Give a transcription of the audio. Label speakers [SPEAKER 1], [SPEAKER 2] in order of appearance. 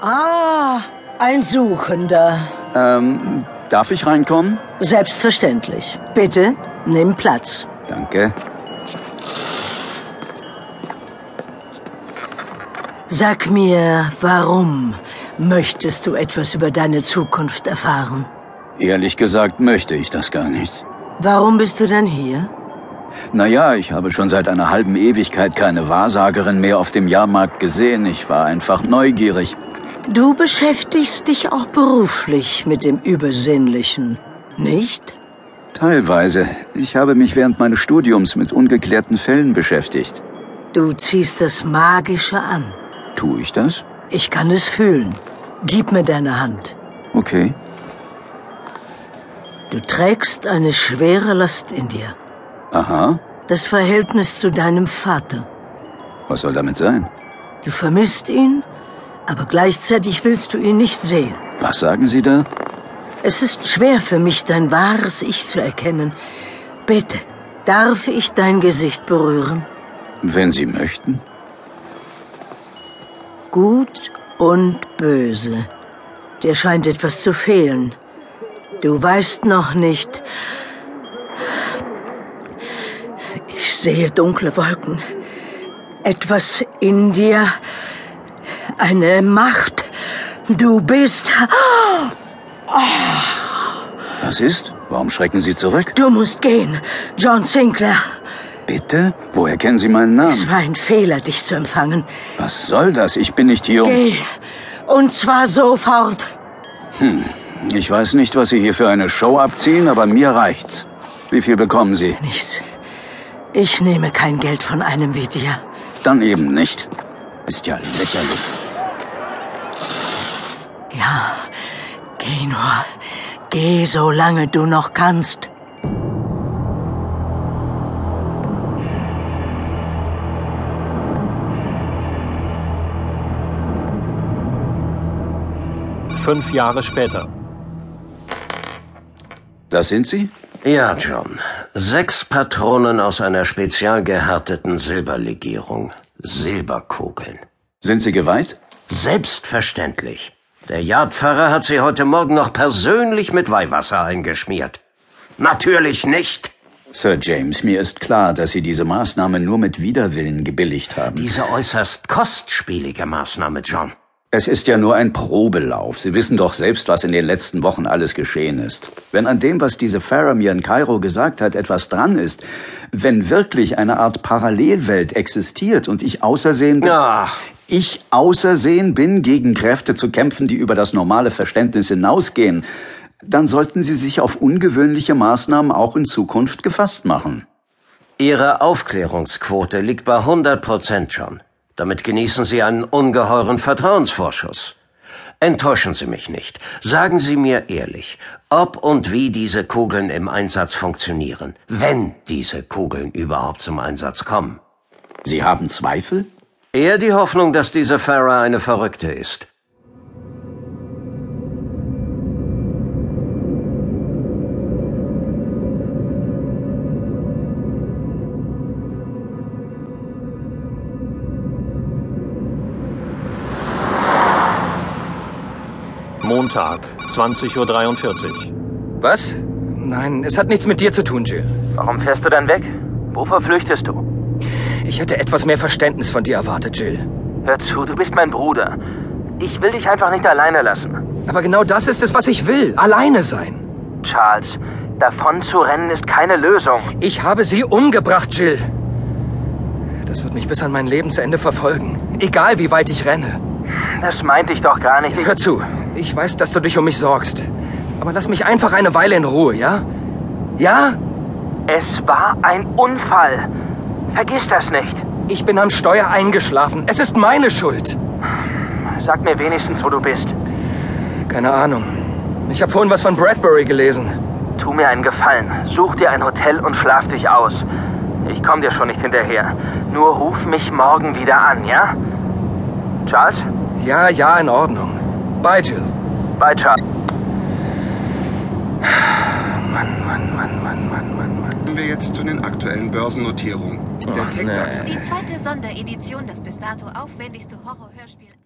[SPEAKER 1] Ah, ein Suchender.
[SPEAKER 2] Ähm, darf ich reinkommen?
[SPEAKER 1] Selbstverständlich. Bitte, nimm Platz.
[SPEAKER 2] Danke.
[SPEAKER 1] Sag mir, warum möchtest du etwas über deine Zukunft erfahren?
[SPEAKER 2] Ehrlich gesagt möchte ich das gar nicht.
[SPEAKER 1] Warum bist du denn hier?
[SPEAKER 2] Naja, ich habe schon seit einer halben Ewigkeit keine Wahrsagerin mehr auf dem Jahrmarkt gesehen. Ich war einfach neugierig.
[SPEAKER 1] Du beschäftigst dich auch beruflich mit dem Übersinnlichen, nicht?
[SPEAKER 2] Teilweise. Ich habe mich während meines Studiums mit ungeklärten Fällen beschäftigt.
[SPEAKER 1] Du ziehst das Magische an.
[SPEAKER 2] Tue ich das?
[SPEAKER 1] Ich kann es fühlen. Gib mir deine Hand.
[SPEAKER 2] Okay.
[SPEAKER 1] Du trägst eine schwere Last in dir.
[SPEAKER 2] Aha.
[SPEAKER 1] Das Verhältnis zu deinem Vater.
[SPEAKER 2] Was soll damit sein?
[SPEAKER 1] Du vermisst ihn, aber gleichzeitig willst du ihn nicht sehen.
[SPEAKER 2] Was sagen Sie da?
[SPEAKER 1] Es ist schwer für mich, dein wahres Ich zu erkennen. Bitte, darf ich dein Gesicht berühren?
[SPEAKER 2] Wenn Sie möchten.
[SPEAKER 1] Gut und böse. Dir scheint etwas zu fehlen. Du weißt noch nicht. Ich sehe dunkle Wolken. Etwas in dir. Eine Macht. Du bist.
[SPEAKER 2] Was ist? Warum schrecken Sie zurück?
[SPEAKER 1] Du musst gehen. John Sinclair.
[SPEAKER 2] Bitte? Woher kennen Sie meinen
[SPEAKER 1] Es
[SPEAKER 2] Namen?
[SPEAKER 1] war ein Fehler, dich zu empfangen.
[SPEAKER 2] Was soll das? Ich bin nicht hier, um...
[SPEAKER 1] Geh. Und zwar sofort.
[SPEAKER 2] Ich weiß nicht, was Sie hier für eine Show abziehen, aber mir reicht's. Wie viel bekommen Sie?
[SPEAKER 1] Nichts. Ich nehme kein Geld von einem wie dir.
[SPEAKER 2] Dann eben nicht. Ist ja lächerlich.
[SPEAKER 1] Ja, geh nur. Geh, solange du noch kannst.
[SPEAKER 3] Fünf Jahre später.
[SPEAKER 2] Das sind Sie?
[SPEAKER 4] Ja, John. Sechs Patronen aus einer spezial gehärteten Silberlegierung. Silberkugeln.
[SPEAKER 2] Sind Sie geweiht?
[SPEAKER 4] Selbstverständlich. Der Jagdpfarrer hat sie heute Morgen noch persönlich mit Weihwasser eingeschmiert. Natürlich nicht.
[SPEAKER 2] Sir James, mir ist klar, dass Sie diese Maßnahme nur mit Widerwillen gebilligt haben.
[SPEAKER 4] Diese äußerst kostspielige Maßnahme, John.
[SPEAKER 2] Es ist ja nur ein Probelauf. Sie wissen doch selbst, was in den letzten Wochen alles geschehen ist. Wenn an dem, was diese Farah mir in Kairo gesagt hat, etwas dran ist, wenn wirklich eine Art Parallelwelt existiert und ich außersehen bin,
[SPEAKER 4] Ach.
[SPEAKER 2] ich außersehen bin, gegen Kräfte zu kämpfen, die über das normale Verständnis hinausgehen, dann sollten Sie sich auf ungewöhnliche Maßnahmen auch in Zukunft gefasst machen.
[SPEAKER 4] Ihre Aufklärungsquote liegt bei 100 Prozent, John. Damit genießen Sie einen ungeheuren Vertrauensvorschuss. Enttäuschen Sie mich nicht. Sagen Sie mir ehrlich, ob und wie diese Kugeln im Einsatz funktionieren, wenn diese Kugeln überhaupt zum Einsatz kommen.
[SPEAKER 2] Sie haben Zweifel?
[SPEAKER 4] Eher die Hoffnung, dass diese Farah eine Verrückte ist.
[SPEAKER 3] Montag, 20.43 Uhr.
[SPEAKER 5] Was? Nein, es hat nichts mit dir zu tun, Jules.
[SPEAKER 6] Warum fährst du dann weg? Wovor flüchtest du?
[SPEAKER 5] Ich hätte etwas mehr Verständnis von dir erwartet, Jill.
[SPEAKER 6] Hör zu, du bist mein Bruder. Ich will dich einfach nicht alleine lassen.
[SPEAKER 5] Aber genau das ist es, was ich will. Alleine sein.
[SPEAKER 6] Charles, davon zu rennen ist keine Lösung.
[SPEAKER 5] Ich habe sie umgebracht, Jill. Das wird mich bis an mein Lebensende verfolgen. Egal, wie weit ich renne.
[SPEAKER 6] Das meinte ich doch gar nicht. Ich,
[SPEAKER 5] Hör zu, ich weiß, dass du dich um mich sorgst. Aber lass mich einfach eine Weile in Ruhe, ja? Ja?
[SPEAKER 6] es war ein Unfall. Vergiss das nicht.
[SPEAKER 5] Ich bin am Steuer eingeschlafen. Es ist meine Schuld.
[SPEAKER 6] Sag mir wenigstens, wo du bist.
[SPEAKER 5] Keine Ahnung. Ich habe vorhin was von Bradbury gelesen.
[SPEAKER 6] Tu mir einen Gefallen. Such dir ein Hotel und schlaf dich aus. Ich komm dir schon nicht hinterher. Nur ruf mich morgen wieder an, ja? Charles?
[SPEAKER 5] Ja, ja, in Ordnung. Bye, Jill.
[SPEAKER 6] Bye, Charles.
[SPEAKER 5] Mann, Mann, Mann, Mann, Mann, Mann.
[SPEAKER 7] Kommen wir jetzt zu den aktuellen Börsennotierungen. Der
[SPEAKER 5] Och,
[SPEAKER 7] Tech-DAX
[SPEAKER 5] nee.
[SPEAKER 8] Die zweite Sonderedition, das bis dato aufwendigste Horrorhörspiel.